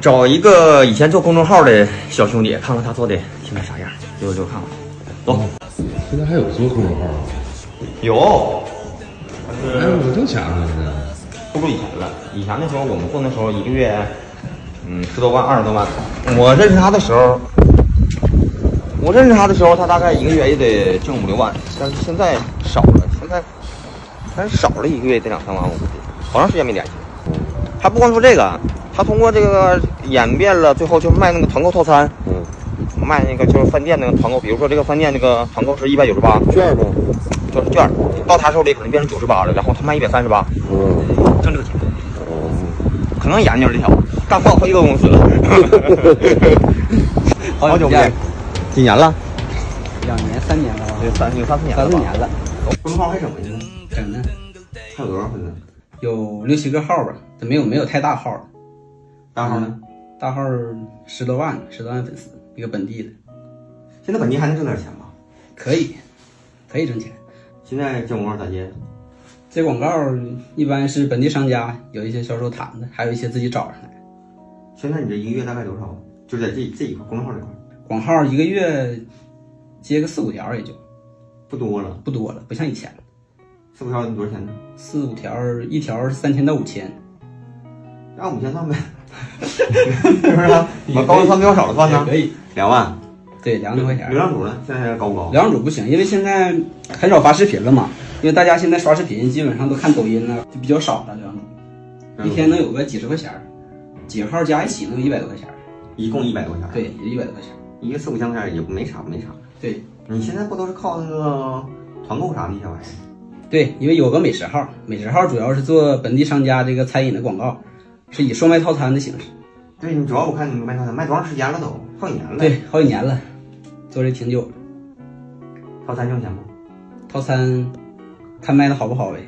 找一个以前做公众号的小兄弟，看看他做的现在啥样，就就看看。走，现在还有做公众号吗？有，哎，我挣钱了现在。不如以前了。以前的时候，我们混的时候，一个月，嗯，十多万、二十多万。我认识他的时候，我认识他的时候，他大概一个月也得挣五六万，但是现在少了，现在，但是少了一个月得两三万，我估计。好长时间没联系了。他不光说这个，他通过这个演变了，最后就卖那个团购套餐，嗯，卖那个就是饭店那个团购，比如说这个饭店这个团购是一百九十八，嗯券吗？就是券儿，到他手里可能变成九十八了，然后他卖一百三十八，嗯，挣这个钱。哦，可能研究这条，干爆一个公司了， 好久不见，几年了？两年、三年了吧？有三有三四年了吧三四年了，公众号还整呢？整的还有多少粉呢？有六七个号吧，但没有没有太大号，大号呢？大号十多万，十多万粉丝，一个本地的，现在本地还能挣点钱吗？可以，可以挣钱。现在接广告咋接？接广告一般是本地商家有一些销售谈的，还有一些自己找上来。现在你这一个月大概多少？就是在这这一块公众号这块，广号一个月接个四五条也就不多了，不多了，不像以前是不是要多少钱呢？四五条，一条是三千到五千。按五千 算呗，是不是啊？往高了算，往少了算也呢？可以，两万，对，两万多块钱流。量主呢？现在高不高？两主不行，因为现在很少发视频了嘛，因为大家现在刷视频基本上都看抖音了，就比较少了。两主一天能有个几十块钱儿，几个号加一起能有一百多块钱儿，一共一百多块钱，对，，也一百多块钱儿。一个四五千块钱也没啥没啥。对你现在不都是靠那个团购啥的啊一些玩意儿？对，因为有个美食号，美食号主要是做本地商家这个餐饮的广告，是以双卖套餐的形式。对你主要我看你卖套餐卖多长时间了都，好几年了。，对，好几年了，做这挺久了。套餐挣钱吗？套餐看卖的好不好呗，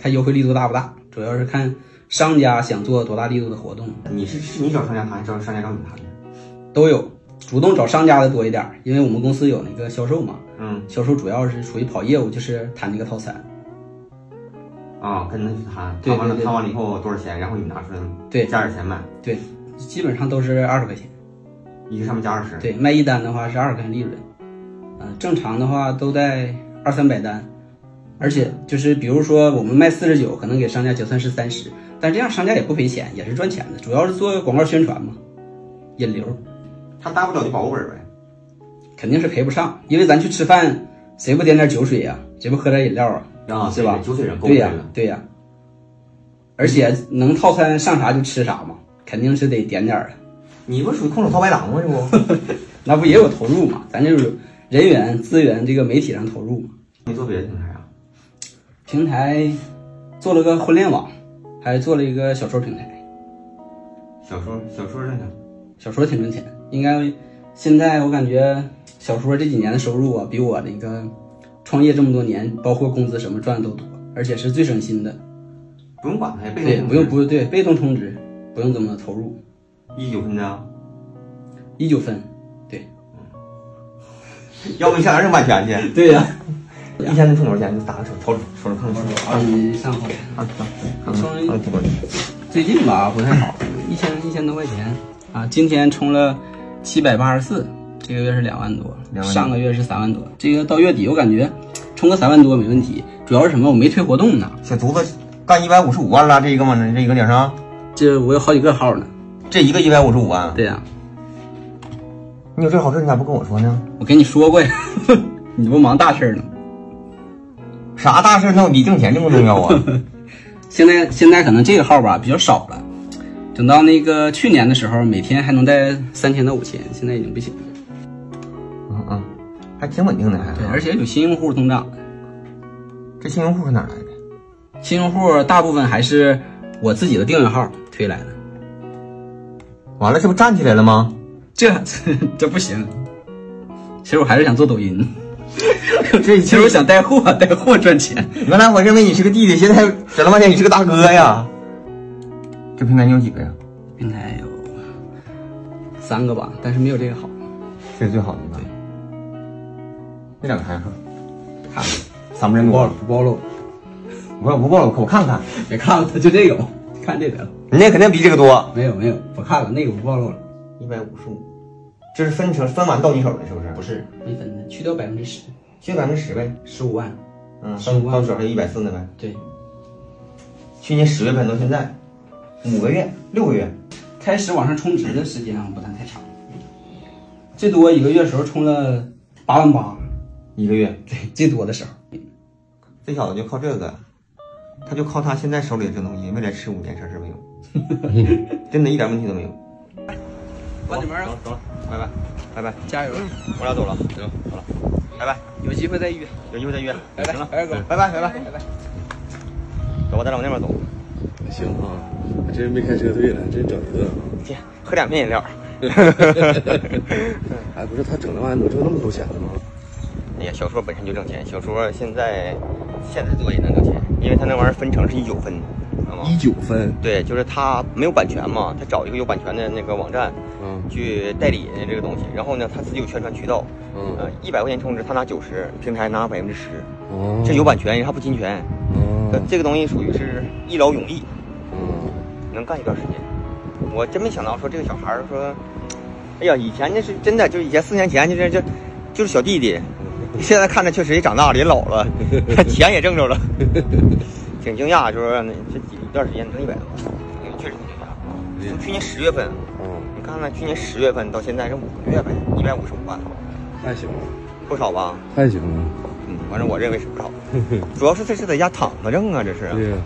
看优惠力度大不大，主要是看商家想做多大力度的活动。你是是你找商家谈，还是找商家找你谈的？都有，主动找商家的多一点儿，因为我们公司有那个销售嘛，嗯销售主要是属于跑业务，就是谈这个套餐。啊，跟他去谈，对谈完了对对谈完了以后多少钱，然后你拿出来对加点钱买，对，基本上都是二十块钱。一个上面加二十。对，卖一单的话是二十块钱利润，呃，正常的话都在二三百单，而且就是比如说我们卖四十九，可能给商家结算是三十，但这样商家也不赔钱，也是赚钱的，主要是做广告宣传嘛，引流他大不了就保个本呗。肯定是赔不上，因为咱去吃饭，谁不点点酒水呀、谁不喝点饮料啊？啊，是吧酒水人够对呀、了。对呀、而且能套餐上啥就吃啥嘛，肯定是得点点儿的。你不属于空手套白狼吗？这不，那不也有投入嘛？咱就是人员资源这个媒体上投入嘛。你做别的平台啊？平台做了个婚恋网，还做了一个小说平台，小说小说挣钱，小说挺挣钱。应该现在我感觉小说这几年的收入啊，比我那个创业这么多年，包括工资什么赚的都多，而且是最省心的。不用管他，也被对，不用不对，被动充值，不用怎么投入，一九分的，一九分。要不你上哪挣版权去？对呀、一天能挣多少钱？你打个手头手指碰手指啊，你上后台。啊啊！充了一啊，不管你最近吧不太好，一千一千多块钱啊，今天充了七百八十四，这个月是两万多，两万多上个月是三万多，这个到月底我感觉充个三万多没问题，主要是什么？我没推活动呢，小竹子干一百五十五万了，这一个吗？这一个顶上，这我有好几个号呢。这一个一百五十五万，对呀、你有这好事你咋不跟我说呢？我跟你说过呀， 你不忙大事儿呢。啥大事那比挣钱更重要 啊！现在现在可能这个号吧比较少了，等到那个去年的时候，每天还能在三千到五千，现在已经不行了。嗯嗯，还挺稳定的还。对，而且有新用户增长。这新用户是哪来的？新用户大部分还是我自己的订阅号推来的，完了，这不站起来了吗？这这不行。其实我还是想做抖音，这其实我想带货，带货赚钱。 原来我认为你是个弟弟，现在整了半天你是个大哥呀。这平台你有几个呀？平台有三个吧，但是没有这个好。这是最好的吧？那两个还好，看三不人多了。不暴露，我不报了，我看看。别看了，就这个吧，看这个了。你那肯定比这个多，没有没有，不看了，那个不暴露了，一百五十五，这是分成分完到你手的，是不是？不，是没分的，去掉百分之十，就百分之十呗，十五万，嗯， 15到万到手还有一百四呢呗。对，去年十月份到现在，五个月、六个月，开始往上充值的时间啊不算太长，最多一个月时候充了八万八，一个月，对，最多的时候，这小子就靠这个，他就靠他现在手里的这东西，未来吃五年啥事没有，真的一点问题都没有。关你门啊，走了，拜拜，拜拜， 加油，我俩走了，行，走了，拜拜，有机会再遇，有机会再约，拜拜行了，拜拜哥拜拜，拜拜，拜。走吧，咱俩往那边走，行啊，还真没开车队了，还真整一个。去喝两瓶饮 料。 哎，不是他整那玩意儿能挣那么多钱吗？哎呀，小说本身就挣钱，小说现在现在做也能挣钱，因为他那玩意儿分成是一九分，知道吗？一九分，对，就是他没有版权嘛，他找一个有版权的那个网站嗯去代理这个东西，然后呢，他自己有宣传渠道，嗯呃，一百块钱充值，他拿九十，平台拿百分之十，哦这有版权，人家还不侵权，呃哦，这个东西属于是一劳永逸，嗯，能干一段时间。我真没想到说这个小孩儿说，哎呀，以前那是真的，就是以前四年前就是就就是小弟弟，现在看着确实也长大了，也老了，钱也挣着了，挺惊讶，就是说这几一段时间挣一百多，确实挺惊讶。从去年十月份，嗯，你看看去年十月份到现在这五个月呗，一百五十五万， 太行了，不少吧？太行了，嗯，反正我认为是不少，主要是这是在家躺着挣啊，这是。 对呀，